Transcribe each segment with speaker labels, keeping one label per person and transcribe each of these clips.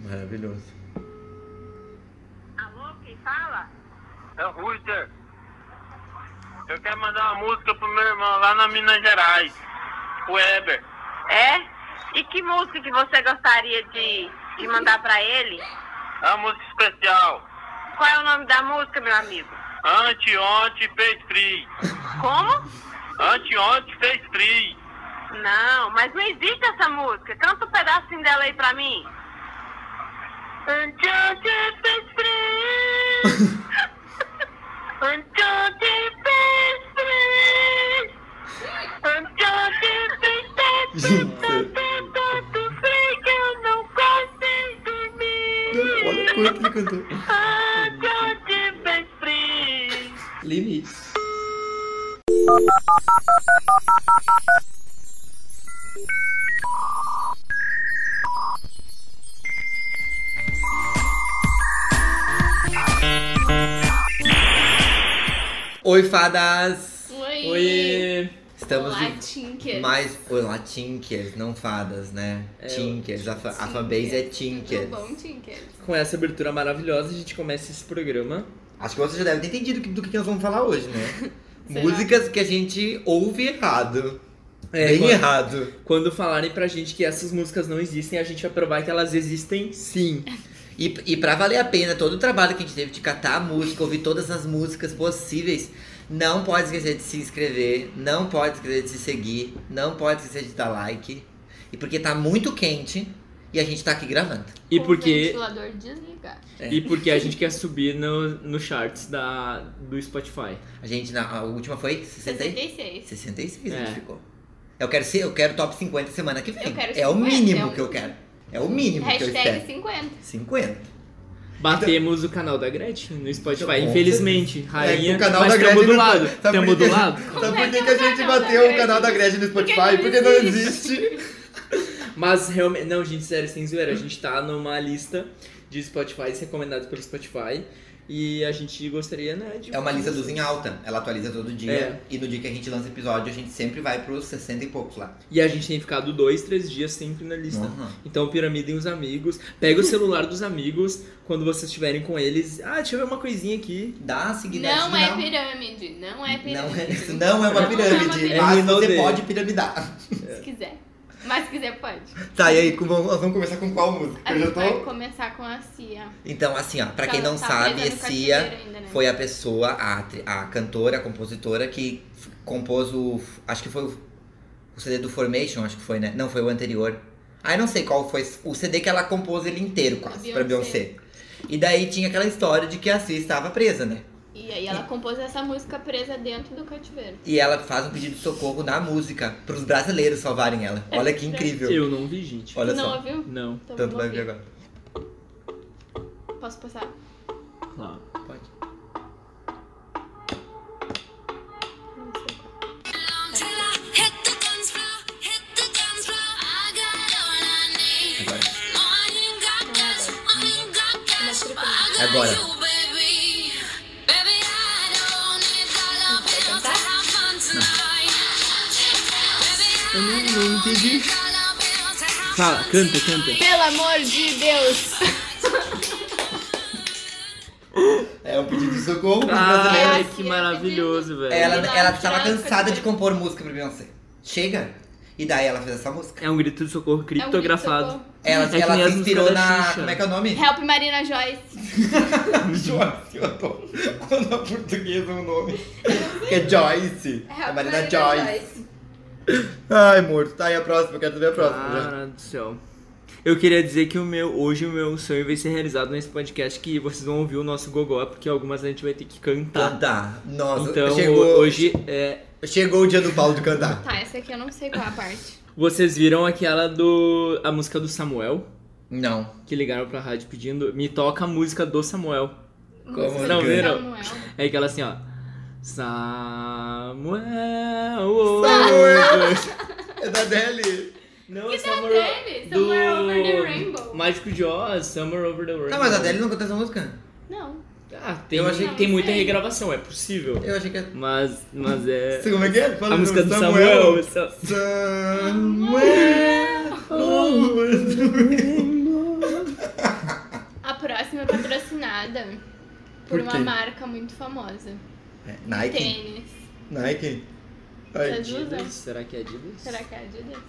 Speaker 1: Maravilhoso.
Speaker 2: Alô, quem fala?
Speaker 3: É o Rúster. Eu quero mandar uma música pro meu irmão lá na Minas Gerais, o Eber.
Speaker 2: É? E que música que você gostaria de, de mandar pra ele?
Speaker 3: É uma música especial.
Speaker 2: Qual é o nome da música, meu amigo?
Speaker 3: Anteontem fez frio.
Speaker 2: Como?
Speaker 3: Anteontem fez frio.
Speaker 2: Não, mas não existe essa música. Canta um pedacinho dela aí pra mim. Anteontem fez frio. Anteontem fez frio. Anteontem fez
Speaker 1: Gente.
Speaker 2: tanto frio que eu não consigo dormir.
Speaker 1: Olha quanto ele cantou.
Speaker 2: Anteontem fez frio.
Speaker 1: Limites. Oi, fadas!
Speaker 4: Oi!
Speaker 1: Oi! Estamos
Speaker 4: Olá,
Speaker 1: de
Speaker 4: Tinker.
Speaker 1: mais. Olá, Tinkers, não fadas, né? Tinkers, a, fa a fanbase é Tinkers.
Speaker 4: É Tudo bom, Tinker?
Speaker 5: Com essa abertura maravilhosa, a gente começa esse programa.
Speaker 1: Acho que vocês já devem ter entendido que- do que nós vamos falar hoje, né?
Speaker 4: Será?
Speaker 1: Músicas que a gente ouve errado.
Speaker 5: É,
Speaker 1: Bem
Speaker 5: quando-
Speaker 1: errado.
Speaker 5: Quando falarem pra gente que essas músicas não existem, a gente vai provar que elas existem sim.
Speaker 1: E, e pra valer a pena todo o trabalho que a gente teve de catar a música, ouvir todas as músicas possíveis, não pode esquecer de se inscrever, não pode esquecer de se seguir, não pode esquecer de dar like. E porque tá muito quente e a gente tá aqui gravando.
Speaker 5: E
Speaker 4: Com O
Speaker 5: porque,
Speaker 4: ventilador desligar.
Speaker 5: e porque a gente quer subir no, no charts da, do Spotify.
Speaker 1: A gente, na, a última foi 60,
Speaker 4: 66.
Speaker 1: 66 a gente
Speaker 5: É.
Speaker 1: ficou. Eu quero ser, eu quero top 50 semana que vem.
Speaker 4: Eu quero
Speaker 1: é o
Speaker 4: 50, é
Speaker 1: mínimo
Speaker 4: o
Speaker 1: que eu quero. É o mínimo que eu espero.
Speaker 4: Hashtag 50.
Speaker 1: 50.
Speaker 5: Batemos o canal da Gretchen no Spotify,
Speaker 1: Bom,
Speaker 5: infelizmente.
Speaker 1: É,
Speaker 5: Rainha,
Speaker 1: o canal
Speaker 5: mas
Speaker 1: da
Speaker 5: estamos
Speaker 1: Gretchen
Speaker 5: do
Speaker 1: não- tá-
Speaker 5: lado.
Speaker 1: sabe por
Speaker 5: Estamos
Speaker 1: quê?
Speaker 5: do lado.
Speaker 1: Sabe
Speaker 4: Como
Speaker 1: por
Speaker 4: é
Speaker 1: que,
Speaker 4: que
Speaker 1: que a
Speaker 4: é o
Speaker 1: gente
Speaker 4: canal da
Speaker 1: bateu o
Speaker 4: Gretchen?
Speaker 1: canal da Gretchen no
Speaker 4: Porque
Speaker 1: Spotify?
Speaker 4: não
Speaker 1: Porque não
Speaker 4: existe.
Speaker 1: existe.
Speaker 5: Mas realmente. Não, gente, sério, sem zoeira. A gente tá numa lista de Spotify recomendados pelo Spotify. E a gente gostaria, né? De
Speaker 1: É uma lista dos em alta, ela atualiza todo dia.
Speaker 5: É.
Speaker 1: E no dia que a gente lança episódio, a gente sempre vai pros 60 e poucos lá.
Speaker 5: E a gente tem ficado dois, três dias sempre na lista.
Speaker 1: Uhum.
Speaker 5: Então piramidem os amigos. Pega o celular dos amigos quando vocês estiverem com eles. Ah, deixa eu ver uma coisinha aqui.
Speaker 1: Dá a seguida
Speaker 4: Não é
Speaker 1: final.
Speaker 4: pirâmide. Não é
Speaker 1: Não,
Speaker 4: pirâmide.
Speaker 1: isso não é uma
Speaker 4: Não
Speaker 1: pirâmide, É.
Speaker 4: é
Speaker 5: uma
Speaker 1: mas
Speaker 5: pirâmide.
Speaker 1: você
Speaker 5: É.
Speaker 1: pode piramidar.
Speaker 4: Se quiser. Mas se quiser, pode.
Speaker 1: Tá, e aí, com- vamos, vamos começar com qual música?
Speaker 4: A
Speaker 1: Eu já
Speaker 4: gente vai
Speaker 1: tô...
Speaker 4: começar com a Cia.
Speaker 1: Então, assim, ó, pra
Speaker 4: Que
Speaker 1: quem
Speaker 4: ela
Speaker 1: não
Speaker 4: tá
Speaker 1: sabe, é
Speaker 4: presa no
Speaker 1: Cia
Speaker 4: cativeiro ainda, né?
Speaker 1: foi a pessoa, a, atri- a cantora, a compositora que f- compôs o. Acho que foi o, o CD do Formation, acho que foi, né? Não, foi o anterior. Ah, eu não sei qual foi. O CD que ela compôs ele inteiro,
Speaker 4: Da
Speaker 1: quase, pra
Speaker 4: Beyoncé.
Speaker 1: Beyoncé. E daí tinha aquela história de que a Cia estava presa, né?
Speaker 4: E aí ela compôs essa música presa dentro do cativeiro.
Speaker 1: E ela faz um pedido de socorro na música, pros brasileiros salvarem ela. Olha que incrível.
Speaker 5: Eu não vi, gente.
Speaker 1: Olha
Speaker 4: não
Speaker 1: só.
Speaker 4: ouviu?
Speaker 5: Não,
Speaker 4: Então
Speaker 1: Tanto vai
Speaker 4: vamos
Speaker 1: ver
Speaker 4: ouvir.
Speaker 1: agora.
Speaker 4: Posso passar?
Speaker 5: claro.
Speaker 1: Pode.
Speaker 4: Não sei qual.
Speaker 1: Agora.
Speaker 6: Agora.
Speaker 1: Uh.
Speaker 5: Eu não, não entendi. Fala, canta, canta.
Speaker 4: Pelo amor de Deus!
Speaker 1: É um pedido de socorro pros brasileiros.
Speaker 5: Ai,
Speaker 4: brasileiro.
Speaker 5: que maravilhoso, velho.
Speaker 1: Ela,
Speaker 4: Ela
Speaker 1: ela
Speaker 4: não
Speaker 1: tava cansada
Speaker 4: tinha
Speaker 1: de
Speaker 4: categoria.
Speaker 1: compor música pra Beyoncé. Chega! E daí ela fez essa música.
Speaker 5: É um grito de socorro
Speaker 4: grito de
Speaker 5: criptografado.
Speaker 4: socorro.
Speaker 1: Ela,
Speaker 5: É que
Speaker 1: ela
Speaker 5: nem as
Speaker 1: se inspirou
Speaker 5: músicas da
Speaker 1: na.
Speaker 5: Xuxa.
Speaker 1: Como é que é o nome?
Speaker 4: Help Marina Joyce.
Speaker 1: Joyce, eu tô. Quando a portuguesa é o nome. Que é Joyce.
Speaker 4: Help
Speaker 1: a Marina Joyce. Ai, morto. Tá aí a próxima, eu quero saber a próxima.
Speaker 5: Cara do céu. Eu queria dizer que o meu, hoje o meu sonho vai ser realizado nesse podcast que vocês vão ouvir o nosso gogó, porque algumas a gente vai ter que
Speaker 1: Tá,
Speaker 5: cantar.
Speaker 1: tá. Nossa,
Speaker 5: Então
Speaker 1: chegou,
Speaker 5: ho- hoje é.
Speaker 1: chegou o dia do Paulo de cantar.
Speaker 4: Tá, essa aqui eu não sei qual é a parte.
Speaker 5: Vocês viram aquela do. a música do Samuel?
Speaker 1: Não.
Speaker 5: que ligaram pra rádio pedindo, me toca a música do Samuel.
Speaker 1: Como
Speaker 5: não
Speaker 1: que-
Speaker 5: viram?
Speaker 4: Samuel.
Speaker 5: É aquela assim, ó. Samuel.
Speaker 1: É da Deli.
Speaker 5: Não,
Speaker 4: Que
Speaker 5: é
Speaker 4: da
Speaker 5: Summer
Speaker 4: dele?
Speaker 5: do-
Speaker 4: Somewhere Over the Rainbow.
Speaker 5: Mágico de Oz, Summer Over the Rainbow.
Speaker 1: Tá, mas a Deli não canta essa música?
Speaker 4: Não.
Speaker 5: Ah, tem,
Speaker 1: Eu achei
Speaker 4: que-
Speaker 5: tem muita
Speaker 4: Não sei.
Speaker 5: regravação, é possível.
Speaker 1: Eu achei que era.
Speaker 5: Mas, mas é...
Speaker 1: Sei Como é que é? Fala
Speaker 5: A
Speaker 1: de
Speaker 5: música do
Speaker 1: novo,
Speaker 5: Samuel.
Speaker 1: Samuel.
Speaker 4: é Por
Speaker 1: Por
Speaker 4: uma
Speaker 1: quê?
Speaker 4: marca muito famosa.
Speaker 1: É, Nike?
Speaker 4: Tênis.
Speaker 1: Nike?
Speaker 4: Vocês usam?
Speaker 5: Adidas? Será que é Adidas?
Speaker 4: Será que é Adidas?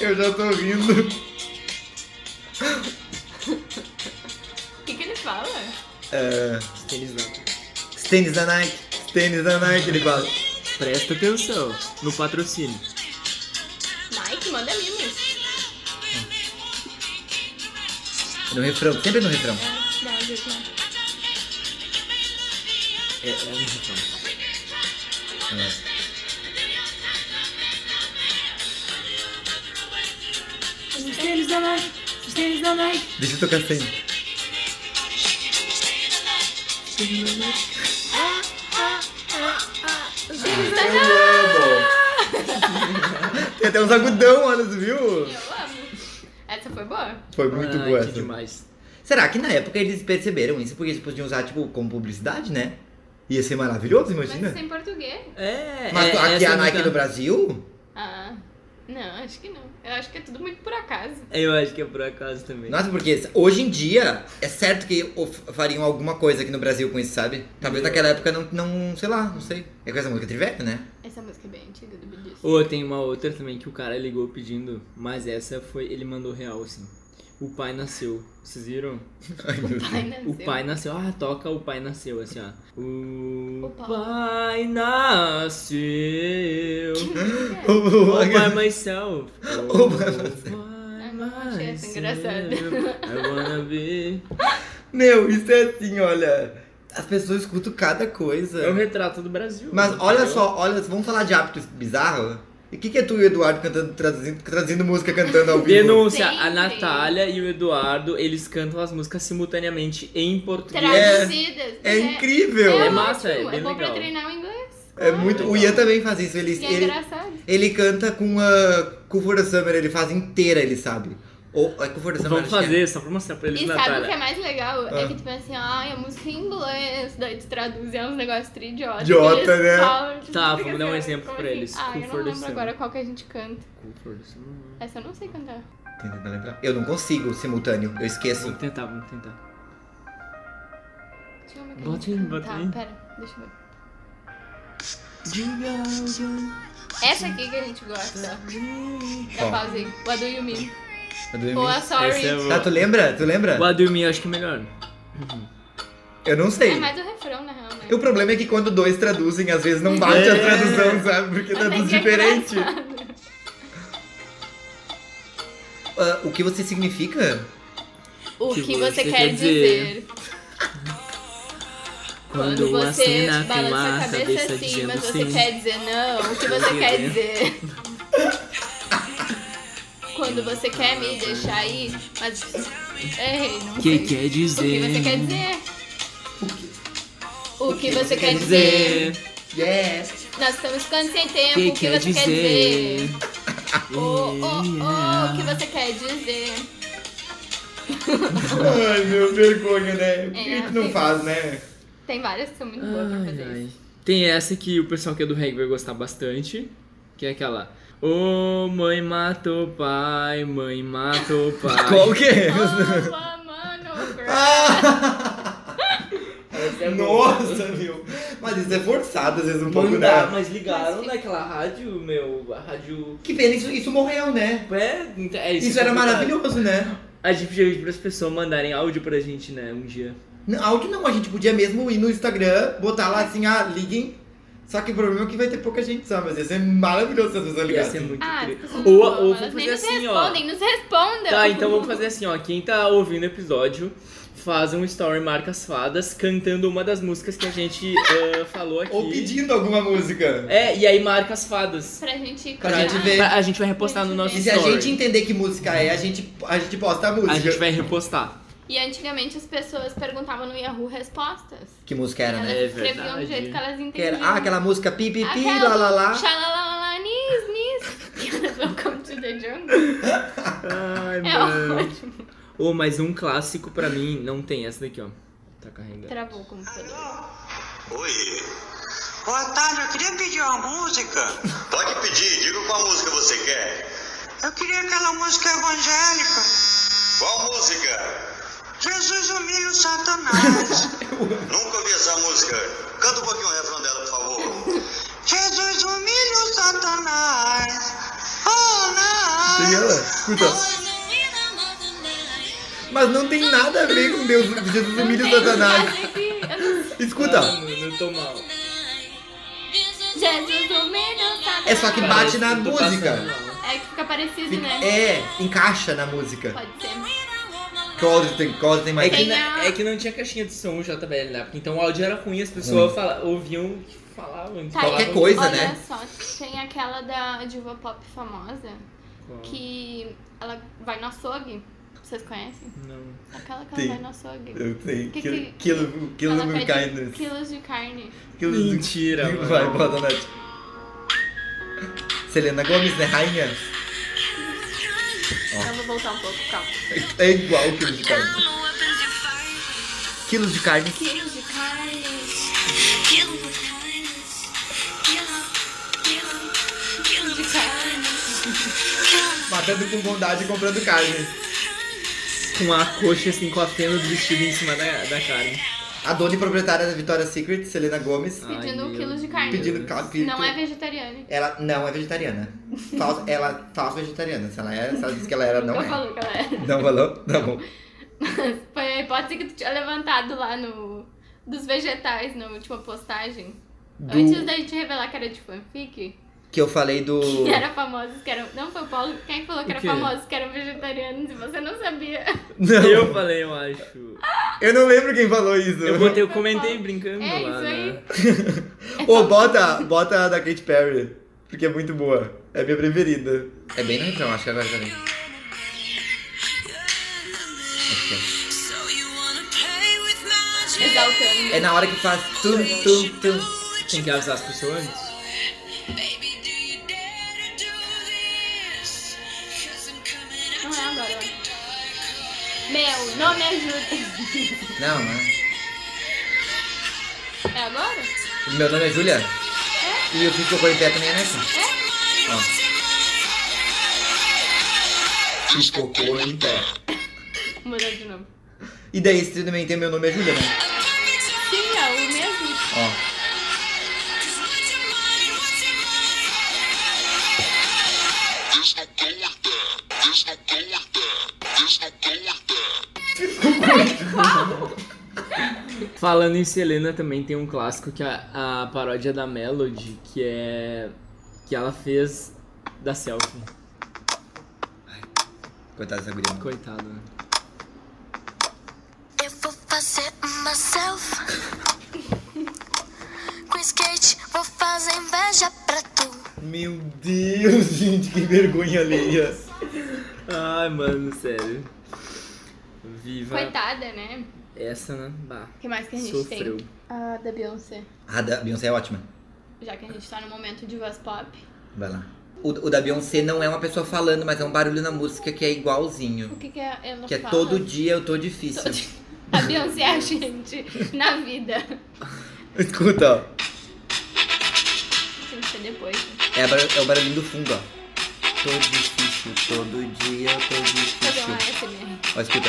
Speaker 1: Eu já tô rindo.
Speaker 4: O que, que ele fala?
Speaker 1: É,
Speaker 5: Os tênis não.
Speaker 1: os tênis da Nike. os Tênis da Nike, ele fala.
Speaker 5: Presta atenção no patrocínio.
Speaker 4: Mike, manda mimos.
Speaker 1: No refrão, sempre no refrão.
Speaker 4: É, não, Deus, não.
Speaker 5: É, é um refrão.
Speaker 1: É. Deixa eu tocar sem. Ah, Eu amo! Tem até uns agudão, olha, tu viu?
Speaker 4: Eu amo. Essa foi boa.
Speaker 1: Foi muito
Speaker 5: Ah,
Speaker 1: boa
Speaker 5: que
Speaker 1: essa.
Speaker 5: demais.
Speaker 1: Será que na época eles perceberam isso? Porque eles podiam usar, tipo, como publicidade, né? Ia ser maravilhoso, imagina.
Speaker 4: Mas sem português?
Speaker 5: É,
Speaker 1: Mas
Speaker 5: é,
Speaker 1: tu- aqui
Speaker 5: essa
Speaker 1: a
Speaker 5: não
Speaker 1: Nike
Speaker 5: tá-
Speaker 1: do Brasil?
Speaker 4: Ah, não, acho que não. Eu acho que é tudo muito por acaso.
Speaker 5: Eu acho que é por acaso também.
Speaker 1: Nossa, porque hoje em dia é certo que of- fariam alguma coisa aqui no Brasil com isso, sabe? Talvez naquela época não, não sei lá, não sei. É com essa música Trivete, né?
Speaker 4: Essa música é bem antiga do Bidis.
Speaker 5: Ou tem uma outra também que o cara ligou pedindo, mas essa foi. Ele mandou real, assim. O pai nasceu. Vocês viram?
Speaker 1: Ai, meu Deus.
Speaker 4: Pai nasceu.
Speaker 5: O pai nasceu. Ah, toca o pai nasceu, assim, ó. O,
Speaker 4: O pau.
Speaker 5: pai nasceu.
Speaker 1: O- o-
Speaker 5: All by myself.
Speaker 1: All by
Speaker 4: Ah, não, achei essa engraçada.
Speaker 5: I wanna be.
Speaker 1: Meu, isso é assim, olha. As pessoas escutam cada
Speaker 5: É o
Speaker 1: coisa.
Speaker 5: retrato do Brasil.
Speaker 1: Mas olha
Speaker 5: entendeu?
Speaker 1: só, olha, vamos falar de hábitos bizarros? E o que, que é tu e o Eduardo cantando, traduzindo, traduzindo música cantando ao vivo?
Speaker 5: Denúncia, a
Speaker 4: Sempre.
Speaker 5: Natália e o Eduardo, eles cantam as músicas simultaneamente em português.
Speaker 4: Traduzidas.
Speaker 1: É incrível!
Speaker 4: É,
Speaker 5: É
Speaker 4: ótimo,
Speaker 5: massa, é
Speaker 4: é
Speaker 5: bem
Speaker 4: bom pra
Speaker 5: legal.
Speaker 4: treinar o inglês.
Speaker 1: É muito. O Ian também faz isso. Ele,
Speaker 4: E é
Speaker 1: ele,
Speaker 4: engraçado.
Speaker 1: ele canta com a. Com o For the Summer, ele faz inteira, ele sabe. Ou é com o For the Summer.
Speaker 5: Vamos
Speaker 1: acho que é.
Speaker 5: fazer só pra mostrar pra eles,
Speaker 4: E sabe o que é
Speaker 5: Natália.
Speaker 4: mais legal?
Speaker 1: Ah.
Speaker 4: É que tu pensa assim, ai, a música em inglês, daí tu traduz e é uns negócios tri idiota.
Speaker 1: Idiota,
Speaker 4: que eles
Speaker 1: né?
Speaker 4: falam, tipo,
Speaker 5: Tá,
Speaker 4: fica
Speaker 5: vamos dar um
Speaker 4: assim,
Speaker 5: exemplo
Speaker 4: como
Speaker 5: pra
Speaker 4: assim?
Speaker 5: eles.
Speaker 4: Ah, eu não
Speaker 5: Cooper
Speaker 4: lembro
Speaker 5: Sun.
Speaker 4: agora qual que é a gente canta.
Speaker 5: Vamos
Speaker 4: Essa eu não sei cantar.
Speaker 1: Tentando lembrar. Eu não consigo simultâneo, eu esqueço.
Speaker 5: tentar, vamos tentar.
Speaker 4: Deixa eu ver como é que a gente
Speaker 5: Bota aí,
Speaker 4: canta.
Speaker 5: bota
Speaker 4: Tá,
Speaker 5: aí.
Speaker 4: pera, deixa eu ver.
Speaker 5: Diga alguém.
Speaker 4: Essa aqui que a gente gosta.
Speaker 1: Qual?
Speaker 4: Da pausa aí. What do you mean?
Speaker 1: Eu dormi.
Speaker 4: Ou a sorry.
Speaker 5: Essa é boa.
Speaker 1: Tá, tu lembra? Tu lembra?
Speaker 5: What do you mean? Acho que é melhor.
Speaker 1: Eu não sei.
Speaker 4: É mais o refrão, na real, né?
Speaker 1: O problema é que quando dois traduzem, às vezes não bate a
Speaker 5: É.
Speaker 1: tradução, sabe? Porque
Speaker 4: Mas é
Speaker 1: traduz
Speaker 4: que é
Speaker 1: tá diferente.
Speaker 4: engraçado.
Speaker 1: Ah, o que você significa?
Speaker 4: O que,
Speaker 5: Que
Speaker 4: você
Speaker 5: você
Speaker 4: quer
Speaker 5: quer
Speaker 4: dizer?
Speaker 5: Quando a cena
Speaker 4: balança a
Speaker 5: filmar,
Speaker 4: cabeça
Speaker 5: cabeça
Speaker 4: assim,
Speaker 5: dizendo
Speaker 4: mas você
Speaker 5: sim.
Speaker 4: quer dizer não, o que você quer dizer? Quando você quer me deixar ir, mas. Errei, não
Speaker 5: O
Speaker 4: sei.
Speaker 5: que quer
Speaker 4: O que
Speaker 5: dizer?
Speaker 4: você quer dizer? O que você quer
Speaker 1: quer
Speaker 4: dizer?
Speaker 1: Yes!
Speaker 4: Nós estamos ficando sem
Speaker 5: O
Speaker 4: tempo,
Speaker 5: que
Speaker 4: o que
Speaker 5: quer
Speaker 4: você quer dizer?
Speaker 5: dizer?
Speaker 4: Oh, oh, oh, o que
Speaker 5: Yeah.
Speaker 4: você quer dizer?
Speaker 1: Ai, meu, vergonha, né? Por
Speaker 4: É,
Speaker 1: que tu não
Speaker 4: assim.
Speaker 1: faz, né?
Speaker 4: Tem várias que são muito boas pra
Speaker 5: Ai,
Speaker 4: fazer
Speaker 5: ai.
Speaker 4: isso.
Speaker 5: Tem essa que o pessoal que é do reggae vai gostar bastante, que é aquela. Ô mãe matou pai, mãe matou pai.
Speaker 1: Qual que é?
Speaker 4: Oh, mano, girl.
Speaker 1: Ah!
Speaker 5: É
Speaker 1: é Nossa, meu. Mas isso é forçado, às vezes, um pouco, né?
Speaker 5: mas
Speaker 4: ligaram Mas-
Speaker 5: naquela rádio, meu, a rádio.
Speaker 1: Que pena, isso, isso morreu, né?
Speaker 5: É,
Speaker 1: Isso era maravilhoso, né?
Speaker 5: A gente podia pedir pras pessoas mandarem áudio pra gente, né, um dia.
Speaker 1: Não, áudio não, a gente podia mesmo ir no Instagram, botar lá assim, ah, liguem. Só que o problema é que vai ter pouca gente só, mas ia ser maravilhoso se as pessoas
Speaker 5: Ia
Speaker 1: ligassem.
Speaker 5: ser muito
Speaker 4: Ah,
Speaker 5: incrível.
Speaker 4: as pessoas
Speaker 5: Ou,
Speaker 4: não,
Speaker 5: ou
Speaker 4: elas
Speaker 5: vamos
Speaker 4: nem
Speaker 5: fazer
Speaker 4: nos
Speaker 5: assim, ó.
Speaker 4: respondem, né? nos respondam.
Speaker 5: Tá, então vamos fazer assim, ó. Quem tá ouvindo o episódio, faz um story Marcas Fadas cantando uma das músicas que a gente eh, falou aqui.
Speaker 1: Ou pedindo alguma música.
Speaker 5: É, e aí marca as fadas.
Speaker 4: Pra gente
Speaker 1: Pra
Speaker 4: cantar.
Speaker 1: gente ver.
Speaker 5: Pra- a gente vai repostar no nosso
Speaker 1: E se a
Speaker 5: É, story.
Speaker 1: gente entender que música é, a gente, a gente posta a música.
Speaker 5: A gente vai repostar.
Speaker 4: E antigamente as pessoas perguntavam no Yahoo respostas.
Speaker 1: Que música era,
Speaker 4: Elas
Speaker 1: né?
Speaker 5: É
Speaker 4: escreviam
Speaker 5: verdade.
Speaker 4: do jeito que elas entendiam.
Speaker 1: Que era, ah, aquela música pi pi pi,
Speaker 4: Aquela
Speaker 1: lá lá
Speaker 4: do
Speaker 1: lá.
Speaker 4: xalalalala, nis, nis. Aquelas Welcome to the jungle.
Speaker 5: Ai,
Speaker 4: um. É ótimo.
Speaker 5: Ô, mas um clássico pra mim não tem essa daqui, ó. Tá carregando.
Speaker 4: Travou o computador.
Speaker 7: Oi.
Speaker 8: Ô, Otávio, eu queria pedir uma música.
Speaker 7: Pode pedir, diga qual música você quer.
Speaker 8: Eu queria aquela música evangélica. Qual música? Jesus humilha o Satanás. Nunca ouvi essa música. Canta um pouquinho o refrão dela, por favor. Jesus humilha o Satanás. Oh, não.
Speaker 1: Tem ela? Escuta. Mas não tem nada a ver com Deus, Jesus humilha o Satanás. Escuta,
Speaker 4: né?
Speaker 5: Ah, mano, eu tô mal.
Speaker 4: Jesus humilha o Satanás.
Speaker 1: é só que bate na
Speaker 5: Eu tô passando
Speaker 1: música.
Speaker 5: mal.
Speaker 4: É que fica parecido,
Speaker 1: Fica-
Speaker 4: né?
Speaker 1: É, encaixa na música.
Speaker 4: Pode ser.
Speaker 1: Cosmo tem, Cosmo tem mais.
Speaker 5: É que,
Speaker 4: Tem
Speaker 5: na-
Speaker 4: a-
Speaker 5: é que não tinha caixinha de som JBL na época, então o áudio era ruim, as pessoas fala, ouviam o que falavam. então
Speaker 4: Tá,
Speaker 1: Qualquer
Speaker 4: e-
Speaker 5: falavam-
Speaker 1: coisa,
Speaker 4: olha
Speaker 1: né?
Speaker 4: só, tem aquela da diva pop famosa que ela vai no açougue. Vocês conhecem?
Speaker 5: Não.
Speaker 4: Aquela que
Speaker 1: Tem.
Speaker 4: ela vai no açougue.
Speaker 1: Eu sei,
Speaker 4: Que
Speaker 1: Kill-
Speaker 4: que-
Speaker 1: Kill Kill
Speaker 4: ela
Speaker 1: Me
Speaker 4: pede
Speaker 1: Kindness.
Speaker 4: quilos de carne.
Speaker 1: Kill Me
Speaker 5: Mentira, mano.
Speaker 1: Vai, bota, Nath. Selena Gomes, né, rainha?
Speaker 4: Eu vou voltar um pouco, calma.
Speaker 1: É igual quilo de carne. Quilos de carne.
Speaker 4: Quilos de carne. De carne.
Speaker 1: Matando com bondade e comprando carne.
Speaker 5: Com a coxa assim, com a fenda do vestido em cima da, da carne.
Speaker 1: A dona e proprietária da Vitória Secret, Selena Gomes,
Speaker 5: Ai,
Speaker 4: Pedindo
Speaker 5: Ah, meu
Speaker 4: quilos de carne.
Speaker 1: pedindo carne.
Speaker 4: Não é vegetariana.
Speaker 1: Ela não é vegetariana. Falsa, ela é falsa vegetariana. Se ela é, se ela disse que ela era, não
Speaker 4: Nunca
Speaker 1: é.
Speaker 4: falou, galera.
Speaker 1: Não falou? Tá bom.
Speaker 4: Foi a hipótese que tu tinha levantado lá no. Dos vegetais na última postagem.
Speaker 1: Do-
Speaker 4: Antes da gente revelar que era de fanfic,
Speaker 1: Que eu falei do.
Speaker 4: que era famosos que eram. Não foi o Paulo, quem falou que
Speaker 5: O
Speaker 4: era
Speaker 5: quê?
Speaker 4: famosos que eram vegetarianos e você não sabia.
Speaker 1: Não,
Speaker 5: Eu
Speaker 1: eu...
Speaker 5: falei, eu acho.
Speaker 1: não lembro quem falou isso.
Speaker 5: Eu botei, eu comentei brincando
Speaker 4: É,
Speaker 5: lá,
Speaker 4: isso aí.
Speaker 5: né?
Speaker 1: Ô, bota, bota a da Katy Perry. Porque é muito boa. É minha preferida. É bem no refrão, acho que agora também. Acho que é.
Speaker 4: Exaltando.
Speaker 1: É na hora que faz tum, tum, tum.
Speaker 5: Tem que avisar as pessoas antes.
Speaker 4: Não é agora. eu acho. Meu, não me ajuda.
Speaker 1: Não, não.
Speaker 4: É agora?
Speaker 1: Meu nome é Julia. E o que eu vou em pé também é nessa. É? Ó. E cocô em pé.
Speaker 4: Mudou de novo.
Speaker 1: E daí esse trio também tem meu nome é Julia, né?
Speaker 4: Sim, é o mesmo.
Speaker 1: Ó.
Speaker 5: Falando em Selena, também tem um clássico que é a, a paródia da Melody, que é. que ela fez da selfie.
Speaker 1: Coitada dessa guria.
Speaker 5: Coitada. né?
Speaker 6: Eu vou fazer uma selfie com skate, vou fazer inveja pra tu.
Speaker 1: Meu Deus, gente, que vergonha alheia.
Speaker 5: Ai, mano, sério. Viva.
Speaker 4: Coitada, né?
Speaker 5: Essa, né? Bah.
Speaker 4: O que mais que a gente
Speaker 5: Sofreu.
Speaker 4: tem? Ah, da Beyoncé.
Speaker 1: A da Beyoncé é ótima.
Speaker 4: Já que a gente tá no momento de voz pop.
Speaker 1: Vai lá. O, o da Beyoncé não é uma pessoa falando, mas é um barulho na música que é igualzinho.
Speaker 4: O que que é? Ela
Speaker 1: Que é
Speaker 4: fala?
Speaker 1: todo dia eu tô difícil.
Speaker 4: Todo dia. A Beyoncé é a gente na vida.
Speaker 1: Escuta, ó.
Speaker 4: Tem que ser depois.
Speaker 1: É, a bar- é o barulhinho do fundo, ó. Tô difícil, todo dia eu tô
Speaker 4: Fazer uma
Speaker 1: difícil.
Speaker 4: ASMR.
Speaker 1: Ó, escuta.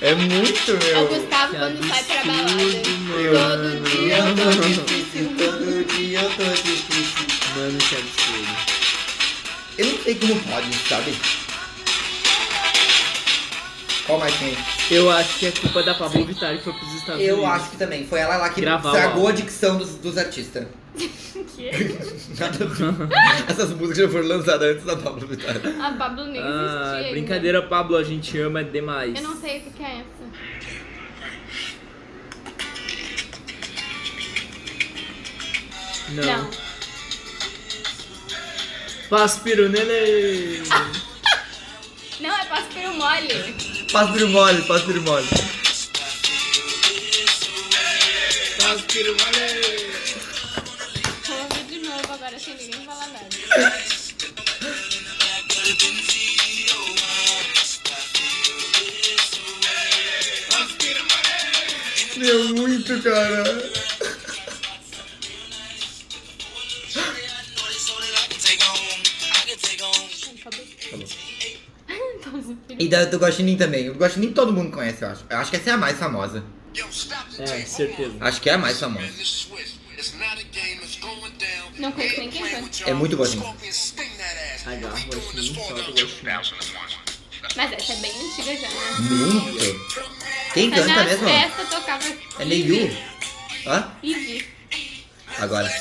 Speaker 1: É muito,
Speaker 4: É o
Speaker 1: meu.
Speaker 4: Gustavo
Speaker 5: Que
Speaker 4: quando sai pra
Speaker 5: absurdo,
Speaker 4: balada.
Speaker 5: mano.
Speaker 4: Todo dia eu tô difícil.
Speaker 1: Todo dia eu tô difícil.
Speaker 5: Mano, que absurdo.
Speaker 1: Eu não sei como pode, sabe? Qual mais tem?
Speaker 5: Eu acho que é culpa da Pablo Vittar que foi pros Estados
Speaker 1: Eu
Speaker 5: Unidos.
Speaker 1: acho que também. Foi ela lá que
Speaker 5: Gravar o
Speaker 1: estragou a
Speaker 5: álbum.
Speaker 1: dicção dos, dos artistas.
Speaker 5: Ah,
Speaker 4: Que?
Speaker 1: Nada a ver. um. Essas músicas já foram lançadas antes da Pablo Vittar.
Speaker 4: A Pablo nem existia.
Speaker 5: Ah,
Speaker 4: ainda.
Speaker 5: brincadeira, Pablo, a gente ama demais.
Speaker 4: Eu não sei o que que é essa.
Speaker 5: Não.
Speaker 4: Não.
Speaker 5: Paspiro nele!
Speaker 4: Não, é pássaro mole.
Speaker 1: Pássaro mole, pássaro mole.
Speaker 5: Paspiro nele!
Speaker 4: Vou ouvir de novo agora sem ninguém falar nada.
Speaker 1: Meu, muito, cara. E da, do Guaxinim também. O Guaxinim todo mundo conhece, eu acho. Eu acho que essa é a mais famosa.
Speaker 5: É, certeza.
Speaker 1: Acho que é a mais famosa.
Speaker 4: Não conheço nem quem
Speaker 1: É muito gostinho.
Speaker 5: Agarra o gostinho, solta o gostinho.
Speaker 4: Mas essa é bem antiga já, né?
Speaker 1: Muito. Quem
Speaker 4: Mas
Speaker 1: Hum, canta
Speaker 4: na
Speaker 1: mesmo?
Speaker 4: festa tocava. tipo,
Speaker 1: É Neyu. Hã?
Speaker 4: Ivy.
Speaker 1: Agora.